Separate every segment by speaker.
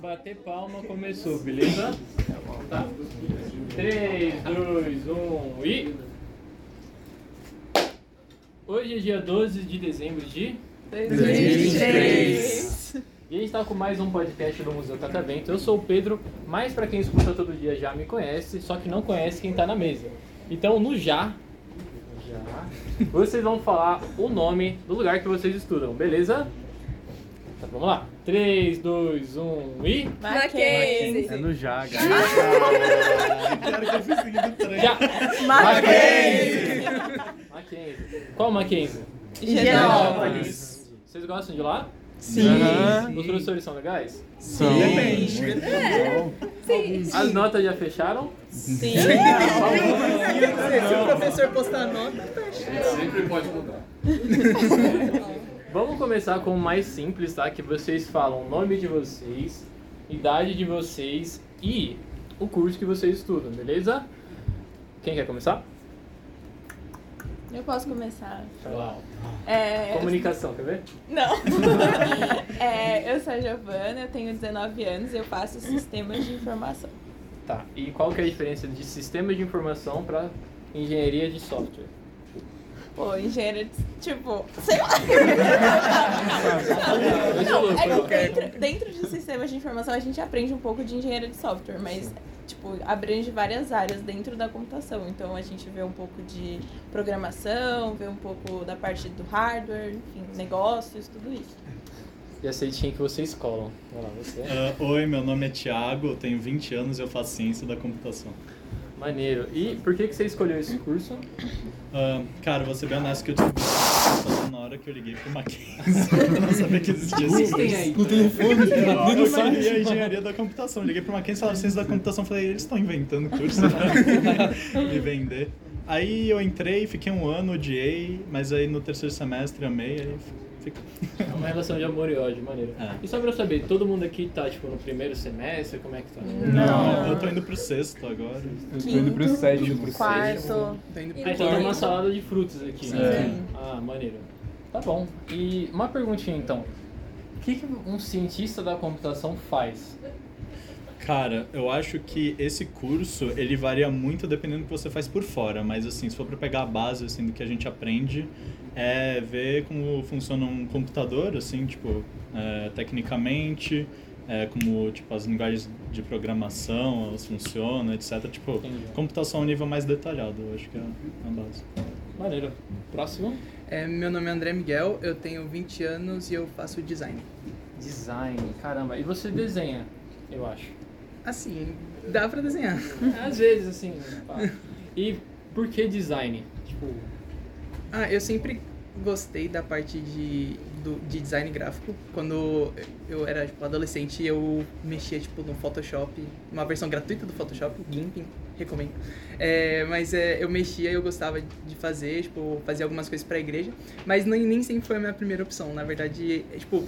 Speaker 1: bater palma começou, beleza? Tá? 3, 2, 1 e. Hoje é dia 12 de dezembro de.
Speaker 2: 2023.
Speaker 1: E a gente tá com mais um podcast do Museu Catavento. Eu sou o Pedro, mas pra quem escuta todo dia já me conhece, só que não conhece quem tá na mesa. Então, no já. Vocês vão falar o nome do lugar que vocês estudam, beleza? Então, vamos lá. 3, 2, 1 e.
Speaker 2: Mackenzie.
Speaker 3: É no já,
Speaker 4: Cara, que eu fui seguindo o trem.
Speaker 1: Já!
Speaker 2: Mackenzie.
Speaker 1: Mackenzie. Qual Mackenzie?
Speaker 2: Higienópolis.
Speaker 1: Vocês gostam de lá?
Speaker 3: Sim.
Speaker 1: Os professores são legais?
Speaker 3: São.
Speaker 4: Depende.
Speaker 1: As notas já fecharam?
Speaker 2: Sim.
Speaker 4: Se o
Speaker 2: professor postar nota.
Speaker 1: É,
Speaker 4: Sempre pode mudar.
Speaker 1: Vamos começar com o mais simples, tá? Que vocês falam o nome de vocês, idade de vocês e o curso que vocês estudam, beleza? Quem quer começar?
Speaker 2: Eu posso começar.
Speaker 1: Vai lá.
Speaker 2: É,
Speaker 1: Comunicação, quer ver?
Speaker 2: Não. É, eu sou a Giovana, eu tenho 19 anos eu faço sistemas de informação.
Speaker 1: Tá. E qual que é a diferença de sistema de informação para engenharia de software?
Speaker 2: Pô, engenheiro, de- tipo, sei lá.
Speaker 1: Eu sou
Speaker 2: Não,
Speaker 1: louco,
Speaker 2: é
Speaker 1: eu
Speaker 2: que
Speaker 1: quero.
Speaker 2: dentro, dentro de sistemas de informação a gente aprende um pouco de engenharia de software, mas tipo, abrange várias áreas dentro da computação. Então a gente vê um pouco de programação, vê um pouco da parte do hardware, enfim, negócios, tudo isso.
Speaker 1: E a setinha que vocês colam. Vai lá, você.
Speaker 4: Ah, oi, meu nome é Thiago, eu tenho 20 anos e eu faço ciência da computação.
Speaker 1: Maneiro. E por que, que você escolheu esse curso?
Speaker 4: Ah, cara, você bem honesto que eu descobri ciência da computação na hora que eu liguei pro Mackenzie. Eu não sabia que existia esse curso.
Speaker 1: aí.
Speaker 4: Eu não sabia engenharia da computação. Liguei pro Mackenzie e falaram ciência da computação. Falei, eles estão inventando curso pra me vender. Aí eu entrei, fiquei um ano, odiei, mas aí no terceiro semestre amei, aí fico.
Speaker 1: É uma relação de amor e ódio, maneiro.
Speaker 4: É.
Speaker 1: E só pra eu saber, todo mundo aqui tá, tipo, no primeiro semestre, como é que tá?
Speaker 4: Não, eu tô indo pro sexto agora.
Speaker 3: Eu tô indo pro sétimo. pro sétimo.
Speaker 2: Quarto.
Speaker 1: Ah, então tem uma salada de frutas aqui.
Speaker 4: Sim.
Speaker 1: Ah, maneiro. Tá bom. E uma perguntinha, então. O que, que um cientista da computação faz?
Speaker 4: Cara, eu acho que esse curso, ele varia muito dependendo do que você faz por fora, mas assim, se for pra pegar a base assim do que a gente aprende, é ver como funciona um computador, assim, tipo, é, tecnicamente, é, como tipo as linguagens de programação, elas funcionam, etc, tipo,
Speaker 1: Entendi.
Speaker 4: computação a um nível mais detalhado, eu acho que é a base.
Speaker 1: Maneiro. Próximo.
Speaker 5: É, meu nome é André Miguel, eu tenho 20 anos e eu faço design.
Speaker 1: Design. Caramba. E você desenha, eu acho.
Speaker 5: Assim, dá pra desenhar.
Speaker 1: Às vezes, assim. pá. E por que design? Tipo,
Speaker 5: Ah, eu sempre gostei da parte de, do, de design gráfico. Quando eu era tipo, adolescente, eu mexia tipo, no Photoshop, uma versão gratuita do Photoshop, GIMP, recomendo. É, mas é, eu mexia, eu gostava de fazer, tipo, fazia algumas coisas pra igreja, mas nem, nem sempre foi a minha primeira opção. Na verdade, é, tipo,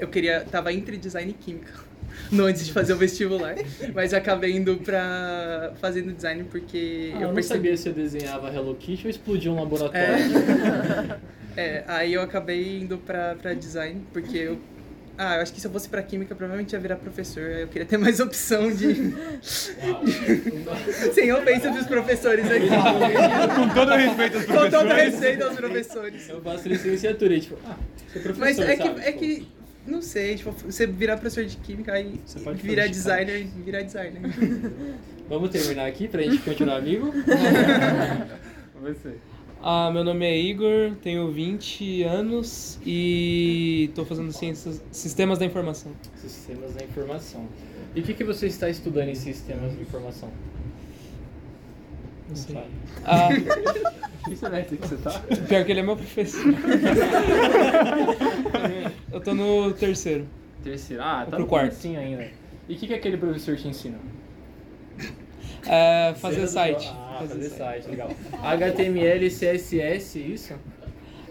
Speaker 5: eu queria, tava entre design e química. No, antes de fazer o vestibular, mas eu acabei indo pra fazendo design porque
Speaker 1: ah, eu
Speaker 5: eu
Speaker 1: não
Speaker 5: percebi
Speaker 1: sabia se eu desenhava Hello Kitty ou explodia um laboratório.
Speaker 5: é. É, aí eu acabei indo pra, pra design, porque eu. Ah, eu acho que se eu fosse pra química, provavelmente ia virar professor. aí Eu queria ter mais opção de. Sem ofensa pros professores aqui.
Speaker 3: Com todo respeito aos
Speaker 5: Com todo
Speaker 3: professores.
Speaker 5: respeito aos professores.
Speaker 1: Eu faço licenciatura e tipo, ah, você é professor,
Speaker 5: Mas é que,
Speaker 1: sabe?
Speaker 5: é que. Não sei, tipo, você virar professor de química, aí
Speaker 4: Você pode
Speaker 5: virar
Speaker 4: fazer de parte.
Speaker 5: designer, virar designer.
Speaker 1: Tipo, Vamos terminar aqui pra gente continuar amigo?
Speaker 3: Você.
Speaker 6: Ah, meu nome é Igor, tenho 20 anos e tô fazendo ciências, sistemas da informação.
Speaker 1: Sistemas da informação. E o que, que você está estudando em sistemas de informação?
Speaker 6: Não sei.
Speaker 1: Sabe?
Speaker 6: Ah,
Speaker 3: Que semestre que você tá?
Speaker 6: pior que ele é meu professor. Eu tô no terceiro.
Speaker 1: Terceiro. Ah,
Speaker 6: Vou
Speaker 1: tá
Speaker 6: pro
Speaker 1: no
Speaker 6: quarto.
Speaker 1: comecinho ainda. E o que, que aquele professor te ensina?
Speaker 6: É, fazer
Speaker 1: Você-
Speaker 6: site.
Speaker 1: Ah, fazer, site. legal. HTML, CSS, isso?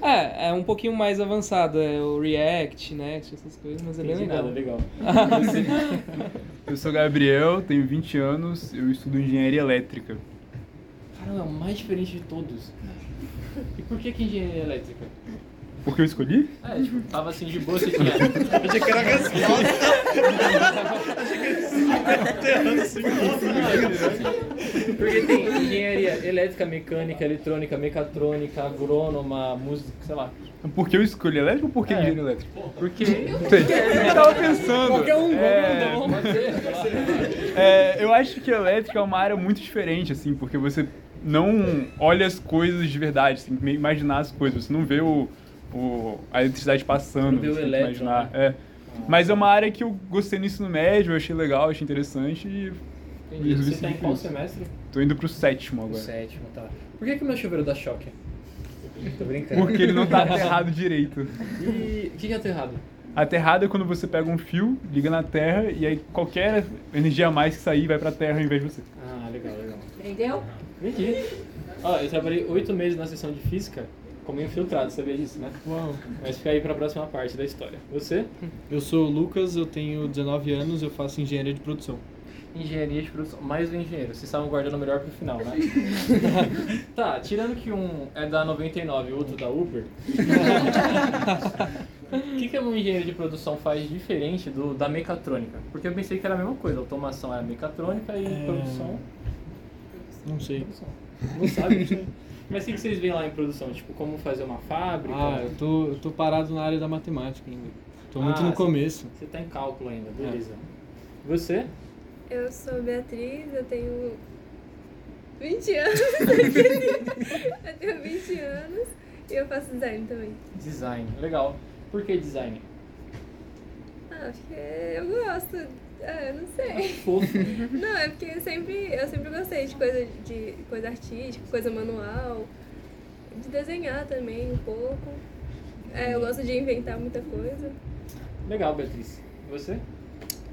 Speaker 6: É, é um pouquinho mais avançado, é o React, Next, essas coisas, mas é bem
Speaker 1: Entendi
Speaker 6: legal.
Speaker 1: nada, legal.
Speaker 3: Eu sou Gabriel, tenho 20 anos, eu estudo engenharia elétrica.
Speaker 1: Caramba, é o mais diferente de todos. E por que que engenharia elétrica?
Speaker 3: Por que eu escolhi?
Speaker 1: É, tipo, tava assim de boa, você tinha...
Speaker 4: Achei que era resposta. Achei Terrando cinco
Speaker 1: Porque tem engenharia É, elétrica, mecânica, eletrônica, mecatrônica, agrônoma, música, sei lá.
Speaker 3: Por que eu escolhi elétrico ou por que
Speaker 1: É.
Speaker 3: engenharia elétrica?
Speaker 1: Porque.
Speaker 3: Não sei. Eu tava pensando.
Speaker 6: Qualquer um,
Speaker 3: É,
Speaker 6: qualquer um.
Speaker 1: Pode ser, sei lá.
Speaker 3: É, eu acho que elétrica é uma área muito diferente, assim, porque você não olha as coisas de verdade, você tem que meio imaginar as coisas, você não vê o, o- a eletricidade passando,
Speaker 1: Não vê o
Speaker 3: você tem que
Speaker 1: elétron,
Speaker 3: imaginar.
Speaker 1: né?
Speaker 3: É. Mas é uma área que eu gostei no ensino médio, eu achei legal, achei interessante e
Speaker 1: Entendi. Você
Speaker 3: é
Speaker 1: tá em qual semestre?
Speaker 3: tô indo pro sétimo
Speaker 7: O
Speaker 3: agora.
Speaker 7: sétimo, tá. Por que, que o meu chuveiro dá choque? Tô brincando.
Speaker 3: Porque ele não tá aterrado direito.
Speaker 1: E o que, que é aterrado?
Speaker 3: Aterrado é quando você pega um fio, liga na terra e aí qualquer energia a mais que sair vai pra terra ao invés de você.
Speaker 1: Ah, legal, legal.
Speaker 8: Entendeu?
Speaker 1: Entendi. Ó, eu trabalhei oito meses na sessão de física como infiltrado, sabia disso, né?
Speaker 6: Uau.
Speaker 1: Mas fica aí pra próxima parte da história. Você?
Speaker 6: Eu sou o Lucas, eu tenho 19 anos, eu faço engenharia de produção.
Speaker 1: Engenharia de produção, mais um engenheiro. Vocês estavam guardando o melhor pro final, né? tá, tirando que um é da 99 e o outro da Uber. O que, que um engenheiro de produção faz diferente do, da mecatrônica? Porque eu pensei que era a mesma coisa. Automação era mecatrônica e
Speaker 6: É.
Speaker 1: produção.
Speaker 6: Não sei.
Speaker 1: Não sabe, não sei. Mas o que que vocês veem lá em produção? Tipo, como fazer uma fábrica?
Speaker 6: Ah, eu tô, eu tô parado na área da matemática ainda. Tô muito
Speaker 1: Ah,
Speaker 6: no
Speaker 1: sim.
Speaker 6: começo. É.
Speaker 1: Você tá em cálculo ainda, beleza. Você?
Speaker 8: Eu sou Beatriz, eu tenho 20 anos. eu tenho 20 anos e eu faço design também.
Speaker 1: Design, legal. Por que design?
Speaker 8: Ah, porque eu gosto. Ah, eu não sei.
Speaker 1: Fofo.
Speaker 8: Não, é porque eu sempre, eu sempre gostei de coisa, de coisa artística, coisa manual, de desenhar também um pouco. É, eu gosto de inventar muita coisa.
Speaker 1: Legal, Beatriz. Você?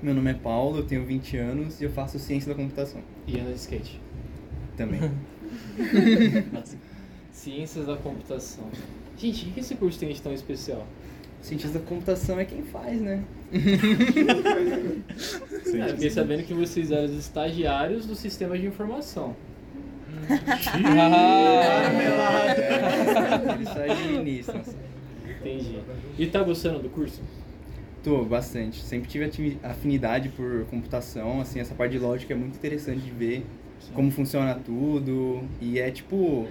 Speaker 9: Meu nome é Paulo, eu tenho 20 anos e eu faço ciência da computação
Speaker 1: E anda de skate.
Speaker 9: também.
Speaker 1: Ciências da computação. Gente, o que que esse curso tem de tão especial?
Speaker 9: Cientista da computação é quem faz, né?
Speaker 1: Ah, eu fiquei sabendo que vocês eram os estagiários do sistema de informação. Ah.
Speaker 6: Ah!
Speaker 9: Eles só administram. sabe?
Speaker 1: Entendi. E tá gostando do curso?
Speaker 9: Tô, bastante. Sempre tive ati- afinidade por computação, assim, essa parte de lógica é muito interessante de ver como funciona tudo. E é tipo.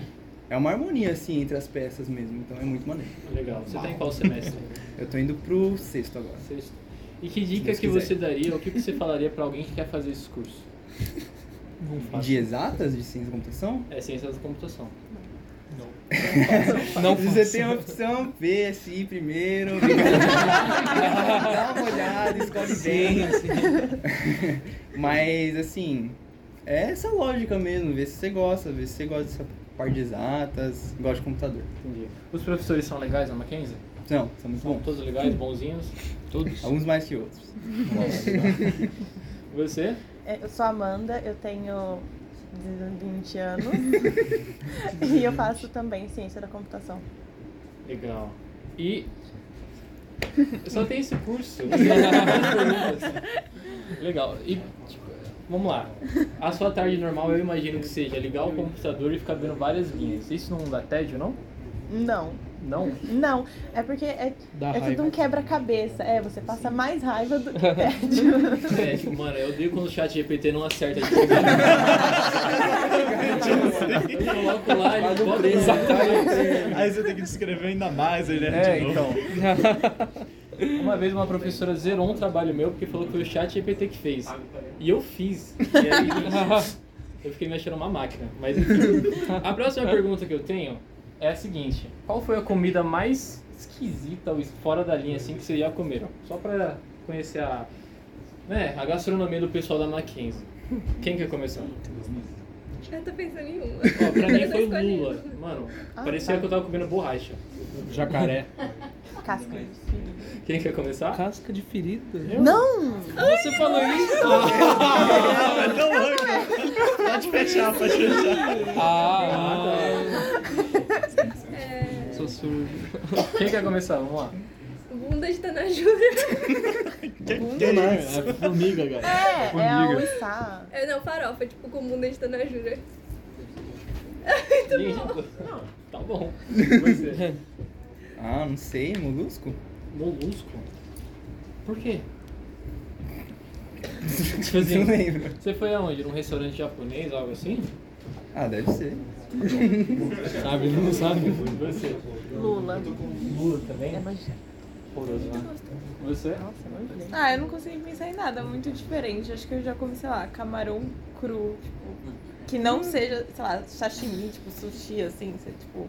Speaker 9: É uma harmonia, assim, entre as peças mesmo, então é muito maneiro.
Speaker 1: Legal. Você tá em qual semestre?
Speaker 9: Eu tô indo pro sexto agora.
Speaker 1: Sexto. E que
Speaker 9: Se
Speaker 1: dica
Speaker 9: Deus
Speaker 1: que
Speaker 9: quiser.
Speaker 1: você daria, ou o que que você falaria pra alguém que quer fazer esse curso? Não
Speaker 9: De exatas, de ciência da computação?
Speaker 1: É ciências da computação.
Speaker 9: Não Você tem a opção PSI primeiro. dá uma olhada, escolhe bem. Mas assim, é essa lógica mesmo, ver se você gosta, ver se você gosta dessa parte de exatas, gosta de computador.
Speaker 1: Entendi. Os professores são legais na Mackenzie?
Speaker 9: Não, são muito
Speaker 1: São
Speaker 9: bons.
Speaker 1: todos legais, bonzinhos.
Speaker 6: Todos.
Speaker 9: Alguns mais que outros.
Speaker 1: Você?
Speaker 2: É, Eu sou Amanda, eu tenho 20 anos e eu faço também ciência da computação.
Speaker 1: Legal. E. Só tem esse curso. Legal. E, tipo, vamos lá. A sua tarde normal eu imagino que seja ligar o computador e ficar vendo várias linhas. Isso não dá tédio, não?
Speaker 2: Não,
Speaker 1: Não?
Speaker 2: não, é porque é,
Speaker 6: Dá
Speaker 2: é tudo
Speaker 6: raiva.
Speaker 2: um quebra-cabeça. É, você passa mais raiva do que perde.
Speaker 1: É, tipo, mano, eu odeio quando o chat GPT não acerta. Tipo, eu coloco lá e
Speaker 9: Paga o
Speaker 1: bota
Speaker 9: preço.
Speaker 4: Aí você tem que descrever ainda mais, aí ele erra
Speaker 3: É,
Speaker 4: de novo.
Speaker 3: então.
Speaker 1: Uma vez uma professora zerou um trabalho meu porque falou que foi o chat GPT que fez. E eu fiz. E aí, eu fiquei me achando uma máquina. Mas enfim. A próxima pergunta que eu tenho é a seguinte: Qual foi a comida mais esquisita ou fora da linha assim que vocês já comeram? Só pra conhecer a, né, a gastronomia do pessoal da Mackenzie. Quem quer começar?
Speaker 8: Eu tô pensando em uma.
Speaker 1: Ó, pra mim
Speaker 8: Eu tô
Speaker 1: foi
Speaker 8: escolhendo.
Speaker 1: lula. Mano,
Speaker 2: Ah,
Speaker 1: parecia
Speaker 2: tá.
Speaker 1: que eu tava comendo borracha.
Speaker 6: Jacaré.
Speaker 2: Casca.
Speaker 1: Quem quer começar?
Speaker 6: Casca de ferida.
Speaker 2: Não!
Speaker 6: Você falou isso?
Speaker 1: Ah, tá.
Speaker 4: Ah, é tão louco. Pode fechar, pode fechar.
Speaker 6: Ah,
Speaker 8: É,
Speaker 6: sou surdo.
Speaker 1: tá. Quem quer começar? Vamos lá.
Speaker 8: bunda de Tanajura.
Speaker 6: É formiga, galera.
Speaker 2: É, é a
Speaker 3: Formiga.
Speaker 2: Uissá.
Speaker 8: É, não, farofa, tipo, com bunda de Tanajura.
Speaker 1: Gente, não, Tá bom. Você.
Speaker 9: Ah, não sei, molusco?
Speaker 1: Molusco? Por quê? Tipo assim,
Speaker 9: Não lembro.
Speaker 1: Você foi aonde? Num restaurante japonês, algo assim?
Speaker 9: Ah, deve ser.
Speaker 1: Sabe, não sabe. Você.
Speaker 10: Lula.
Speaker 1: Lula também?
Speaker 10: É nojento.
Speaker 1: Horroroso, né? Você?
Speaker 10: Nossa, nojento.
Speaker 2: Ah, eu não consigo pensar em nada é muito diferente. Acho que eu já comi, sei lá, camarão cru, tipo, que não seja, sei lá, sashimi, tipo, sushi, assim, você, tipo,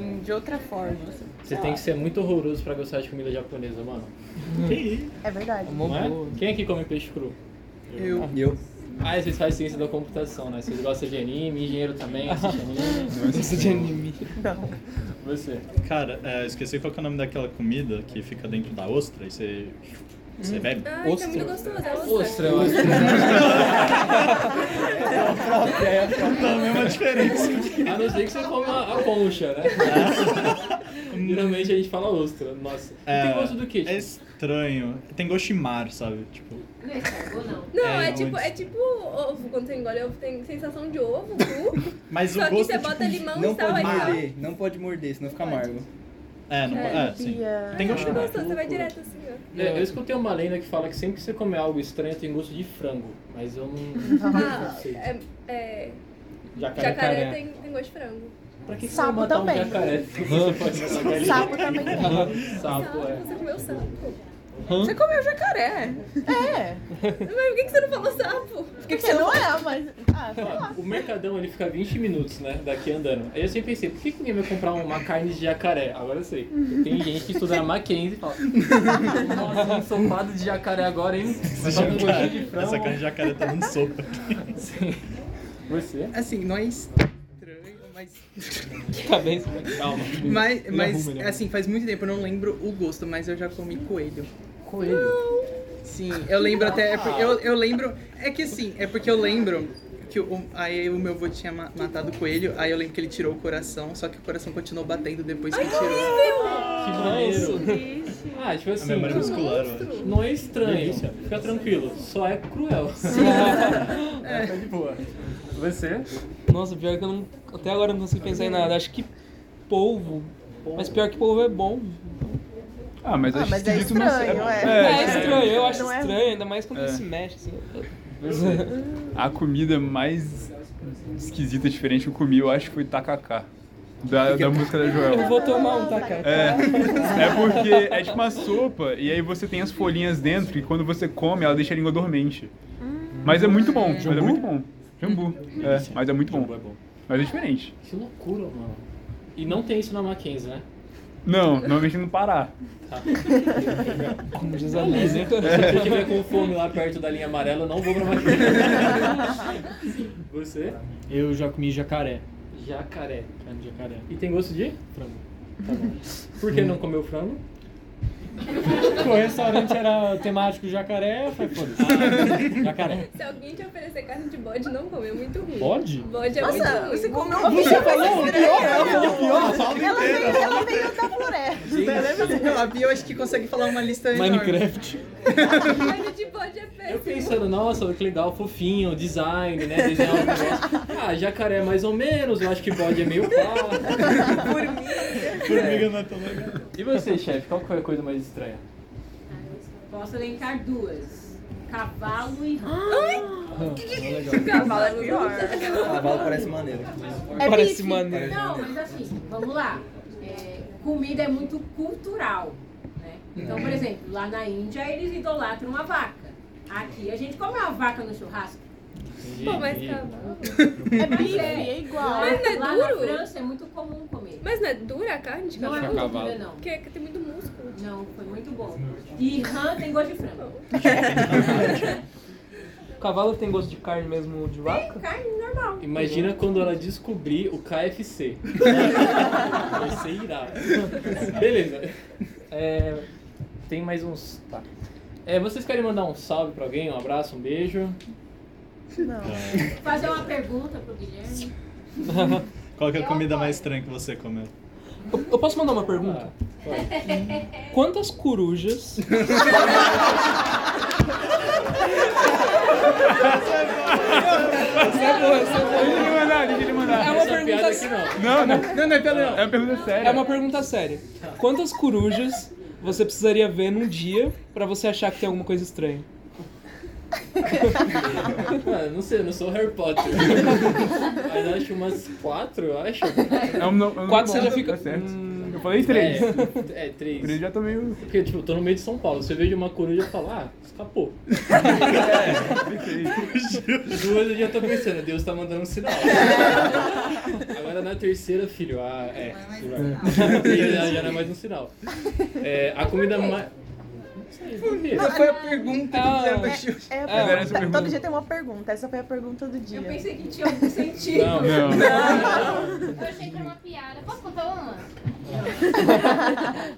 Speaker 2: em- de outra forma. assim,
Speaker 1: Você
Speaker 2: sei
Speaker 1: tem
Speaker 2: lá.
Speaker 1: que ser muito horroroso pra gostar de comida japonesa, mano.
Speaker 10: É verdade.
Speaker 1: Não é?
Speaker 6: Mogu.
Speaker 1: Quem aqui come peixe cru?
Speaker 5: Eu.
Speaker 9: E eu?
Speaker 1: Ah, vocês fazem ciência da computação, né? Vocês gostam de anime, engenheiro também, assiste anime.
Speaker 6: Isso de anime.
Speaker 1: Você.
Speaker 4: Cara, é, eu esqueci qual que é o nome daquela comida que fica dentro da ostra e você. Você bebe?
Speaker 8: Ai, que é muito gostoso. É ostra.
Speaker 1: Ostra, eu acho.
Speaker 4: Não, é uma diferença.
Speaker 1: A não ser que você come a, a concha, né? Geralmente a gente fala ostra. Nossa. E tem gosto do quê?
Speaker 8: tipo?
Speaker 4: É estranho. Tem gosto de mar, sabe? Tipo,
Speaker 8: Não,
Speaker 4: É,
Speaker 8: é,
Speaker 4: não,
Speaker 8: tipo,
Speaker 4: antes.
Speaker 8: é tipo ovo. Quando você engole ovo, tem sensação de ovo, cru.
Speaker 4: mas
Speaker 8: só
Speaker 4: o
Speaker 8: que
Speaker 4: gosto.
Speaker 8: você
Speaker 4: tipo,
Speaker 8: bota limão
Speaker 9: Não
Speaker 8: e sal
Speaker 9: pode
Speaker 8: aí fica-
Speaker 9: morder, não pode morder, senão fica amargo.
Speaker 4: É, não
Speaker 8: É,
Speaker 4: é, sim.
Speaker 10: Bia.
Speaker 4: Tem gosto de
Speaker 8: Muito
Speaker 4: mar.
Speaker 8: gostoso, você vai direto assim, ó.
Speaker 1: É, eu escutei uma lenda que fala que sempre que você comer algo estranho tem gosto de frango. Mas eu não.
Speaker 8: Ah,
Speaker 1: sei.
Speaker 8: é, é,
Speaker 1: Jacaré.
Speaker 8: jacaré tem, tem gosto de frango.
Speaker 1: Pra que
Speaker 10: Sapo
Speaker 1: você vai matar
Speaker 10: também.
Speaker 1: um jacaré? Você pode matar galinha.
Speaker 10: Sapo também tem.
Speaker 1: Sapo,
Speaker 8: Sapo,
Speaker 1: é.
Speaker 8: Ah, você comeu sapo.
Speaker 2: Você comeu jacaré?
Speaker 10: É.
Speaker 8: Mas por que que você não falou sapo?
Speaker 10: Por que que você não é, mas. Ah, sei lá.
Speaker 1: Ó, O mercadão ele fica 20 minutos, né? Daqui andando. Aí eu sempre pensei, por que que ninguém vai comprar uma carne de jacaré? Agora eu sei. Tem gente que estuda na Mackenzie e fala: Nossa, um ensopado de jacaré agora, hein? Vai
Speaker 4: Esse
Speaker 1: dar um gostinho
Speaker 4: jacaré-
Speaker 1: de frango.
Speaker 4: Essa carne de jacaré tá dando sopa.
Speaker 1: Você?
Speaker 5: Assim, não é estranho, mas.
Speaker 6: Tá bem.
Speaker 1: Calma.
Speaker 5: Mas, mas
Speaker 6: arruma, ele
Speaker 5: assim, faz muito tempo, eu não lembro o gosto, mas eu já comi coelho.
Speaker 1: Coelho.
Speaker 5: Sim, eu lembro até. é por- eu, eu lembro. É que assim, é porque eu lembro que o, aí o meu avô tinha ma- matado o coelho, aí eu lembro que ele tirou o coração, só que o coração continuou batendo depois que tirou.
Speaker 1: Que maneiro. Ah, tipo
Speaker 4: A
Speaker 1: assim.
Speaker 4: memória muscular, eu acho.
Speaker 1: Não é estranho, fica tranquilo, só é cruel. é, tá de boa. Você?
Speaker 6: Nossa, pior que eu não. Até agora eu não consigo pensar em nada. Acho que polvo. Mas pior que polvo é bom.
Speaker 3: Ah, mas
Speaker 10: Ah,
Speaker 3: acho
Speaker 10: mas é
Speaker 3: esquisito, mas
Speaker 10: estranho, é.
Speaker 6: É,
Speaker 10: É,
Speaker 6: estranho, eu acho
Speaker 10: não é-
Speaker 6: estranho, ainda mais quando
Speaker 3: É.
Speaker 6: se mexe assim.
Speaker 3: A comida mais esquisita, diferente que eu comi, eu acho que foi tacacá. Da, da música da Joel.
Speaker 6: Eu vou tomar um tacá.
Speaker 3: É, é porque é tipo uma sopa e aí você tem as folhinhas dentro e quando você come ela deixa a língua dormente.
Speaker 6: Hum.
Speaker 3: Mas é muito bom, mas é muito bom. Jambu. É, mas é muito
Speaker 1: Hum, Jambu é
Speaker 3: bom.
Speaker 1: bom.
Speaker 3: Mas é diferente.
Speaker 1: Que loucura, mano. E não tem isso na Mackenzie, né?
Speaker 3: Não, normalmente não parar.
Speaker 6: Como diz a Liz, hein?
Speaker 1: Se eu tiver com fome lá perto da linha amarela, eu não vou pra Mackenzie. Você?
Speaker 7: Eu já comi jacaré.
Speaker 1: Jacaré.
Speaker 7: Carne de jacaré.
Speaker 1: E tem gosto de?
Speaker 7: Frango.
Speaker 1: Tá bom. Por que não comeu frango?
Speaker 7: Pô, o restaurante era temático jacaré, eu falei, foda-se.
Speaker 1: Ah.
Speaker 7: jacaré.
Speaker 8: Se alguém te oferecer carne de bode, não come, é muito ruim.
Speaker 7: Bode?
Speaker 8: Bode é muito
Speaker 10: Nossa,
Speaker 8: ruim.
Speaker 10: você comeu um uma bicha mais estranha. Ela veio, ela veio da floresta.
Speaker 5: Não, a Bia eu acho que consegue falar uma lista enorme.
Speaker 7: Minecraft.
Speaker 8: Carne de bode é péssimo.
Speaker 1: Eu pensando, nossa, que legal, fofinho, design, né? Desenhar um negócio. Ah, jacaré mais ou menos, eu acho que bode é meio pá.
Speaker 4: Formiga não é tão legal.
Speaker 1: E você, chefe, qual que foi a coisa mais estranha?
Speaker 11: Posso elencar duas. Cavalo e rã.
Speaker 6: Ah,
Speaker 2: Cavalo é pior.
Speaker 9: Cavalo parece maneiro.
Speaker 10: É
Speaker 6: Parece
Speaker 10: bife.
Speaker 6: maneiro.
Speaker 11: Não, mas assim, vamos lá. É, comida é muito cultural, né? Então, por exemplo, lá na Índia eles idolatram uma vaca. Aqui a gente come uma vaca no churrasco.
Speaker 8: Pô, mas cavalo.
Speaker 10: É bife, é igual.
Speaker 11: Lá,
Speaker 8: Mas não é
Speaker 11: lá
Speaker 8: duro?
Speaker 11: na França é muito comum comer.
Speaker 8: Mas não é dura a carne de
Speaker 11: Não é
Speaker 1: um
Speaker 8: cavalo?
Speaker 11: muito dura, não.
Speaker 8: Porque é tem muito músculo.
Speaker 11: Não, foi muito bom. E rã tem gosto de frango.
Speaker 6: Cavalo tem gosto de carne mesmo de vaca?
Speaker 11: Carne normal.
Speaker 1: Imagina quando ela descobrir o KFC. Vai ser irado. Beleza. É, tem mais uns. Tá. É, vocês querem mandar um salve pra alguém? Um abraço, um beijo?
Speaker 11: Fazer uma pergunta pro Guilherme.
Speaker 4: Qual que é a comida mais estranha que você comeu?
Speaker 6: Eu, eu posso mandar uma pergunta? Quantas corujas
Speaker 3: Deixa ele mandar, deixa ele
Speaker 6: É um-
Speaker 3: mandar.
Speaker 6: uma
Speaker 1: Essa piada
Speaker 6: pergunta
Speaker 1: aqui não.
Speaker 3: Não, não, não, não é piada não. É uma pergunta séria.
Speaker 6: É uma pergunta séria. Quantas corujas você precisaria ver num dia pra você achar que tem alguma coisa estranha?
Speaker 1: Mano, não sei, eu não sou Harry Potter. Mas acho umas quatro, eu acho.
Speaker 3: Eu É um não- eu não
Speaker 1: Quatro você já
Speaker 3: concordo,
Speaker 1: fica- Hum.
Speaker 3: Tá certo. Eu falei três.
Speaker 1: É, é, três.
Speaker 3: Três já tô meio.
Speaker 1: Porque, tipo, eu tô no meio de São Paulo. Você vejo uma coruja e fala, ah, escapou. Duas eu já tô pensando, Deus tá mandando um sinal. Agora na terceira, filho, ah, é. E já, já não é mais um sinal. É, a comida mais.
Speaker 10: Essa
Speaker 5: foi a pergunta que fizeram pra Xuxa.
Speaker 2: É, é a
Speaker 1: Ah, era essa
Speaker 2: pergunta.
Speaker 1: a pergunta.
Speaker 2: Todo dia tem uma pergunta. Essa foi a pergunta do dia. Eu
Speaker 11: pensei que tinha algum sentido.
Speaker 1: Não, não.
Speaker 12: Eu achei que era uma piada. Posso contar uma?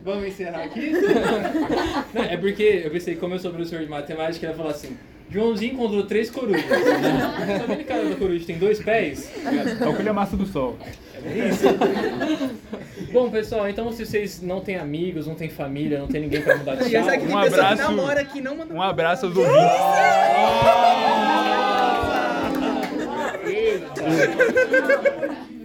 Speaker 1: Vamos encerrar aqui? Não, é porque eu pensei, como eu sou professor de matemática, ele ia falar assim: Joãozinho encontrou três corujas. Tá vendo que cada coruja tem dois pés?
Speaker 3: Calcule a massa do sol.
Speaker 1: É isso. Bom, pessoal, então se vocês não têm amigos, não têm família, não tem ninguém pra mudar de
Speaker 5: E essa aqui
Speaker 1: tchau.
Speaker 5: tem pessoa que namora que não manda
Speaker 3: Um abraço aos ouvintes.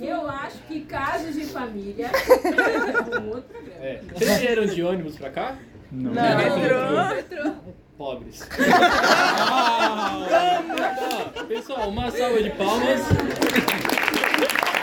Speaker 11: Eu acho que casos de família é um outro problema.
Speaker 1: É. Vocês vieram de ônibus pra cá?
Speaker 3: Não.
Speaker 10: Não.
Speaker 8: Ah.
Speaker 1: Metrô.
Speaker 11: Entrou.
Speaker 1: Pobres. Então, Pessoal, uma salva de palmas.